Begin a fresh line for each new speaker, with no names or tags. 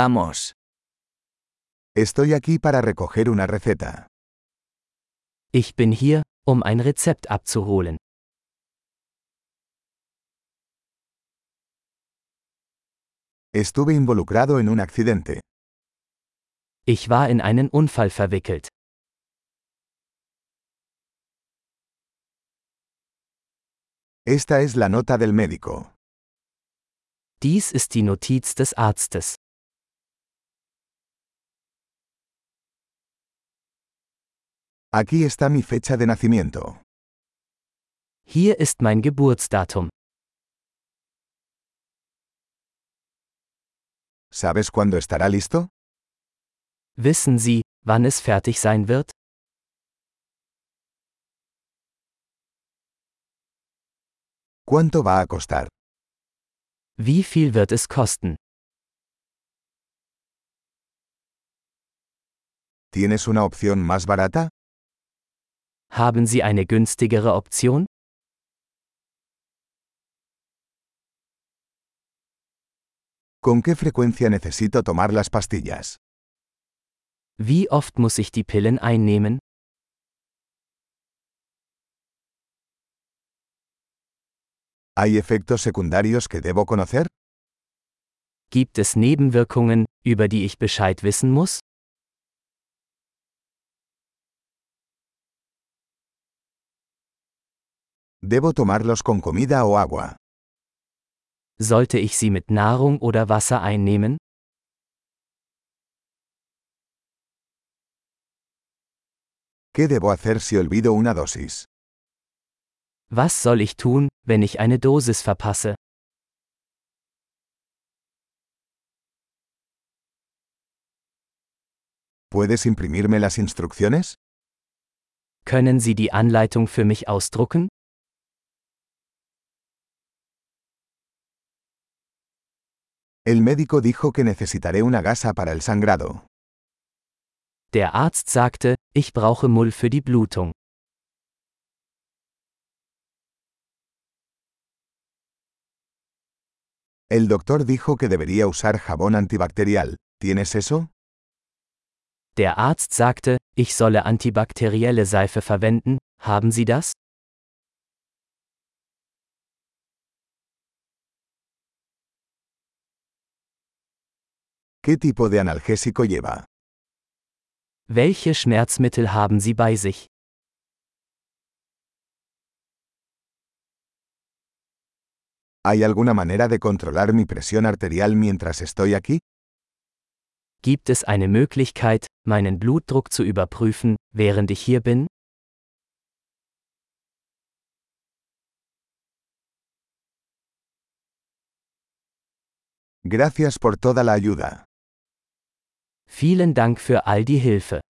Vamos.
Estoy aquí para recoger una receta.
Ich bin hier, um ein Rezept abzuholen.
Estuve involucrado en un accidente.
Ich war in einen Unfall verwickelt.
Esta es la nota del médico.
Dies ist die Notiz des Arztes.
Aquí está mi fecha de nacimiento.
Hier ist mein Geburtsdatum.
¿Sabes cuándo estará listo?
Wissen Sie, wann es fertig sein wird?
¿Cuánto va a costar?
Wie viel wird es kosten?
¿Tienes una opción más barata?
Haben Sie eine günstigere Option?
¿Con qué frecuencia necesito tomar las pastillas?
Wie oft muss ich die Pillen einnehmen?
¿Hay efectos secundarios que debo conocer?
Gibt es Nebenwirkungen, über die ich Bescheid wissen muss?
¿Debo tomarlos con comida o agua?
Sollte ich sie mit Nahrung oder Wasser einnehmen?
¿Qué debo hacer si olvido una dosis?
Was soll ich tun, wenn ich eine Dosis verpasse?
¿Puedes imprimirme las instrucciones?
Können Sie die Anleitung für mich ausdrucken?
El médico dijo que necesitaré una gasa para el sangrado.
Der Arzt sagte, ich brauche Mull für die Blutung.
El doctor dijo que debería usar jabón antibacterial. ¿Tienes eso?
Der Arzt sagte, ich solle antibakterielle Seife verwenden. Haben Sie das?
¿Qué tipo de analgésico lleva?
Welche Schmerzmittel haben Sie bei sich?
¿Hay alguna manera de controlar mi presión arterial mientras estoy aquí?
Gibt es eine Möglichkeit, meinen Blutdruck zu überprüfen, während ich hier bin?
Gracias por toda la ayuda.
Vielen Dank für all die Hilfe.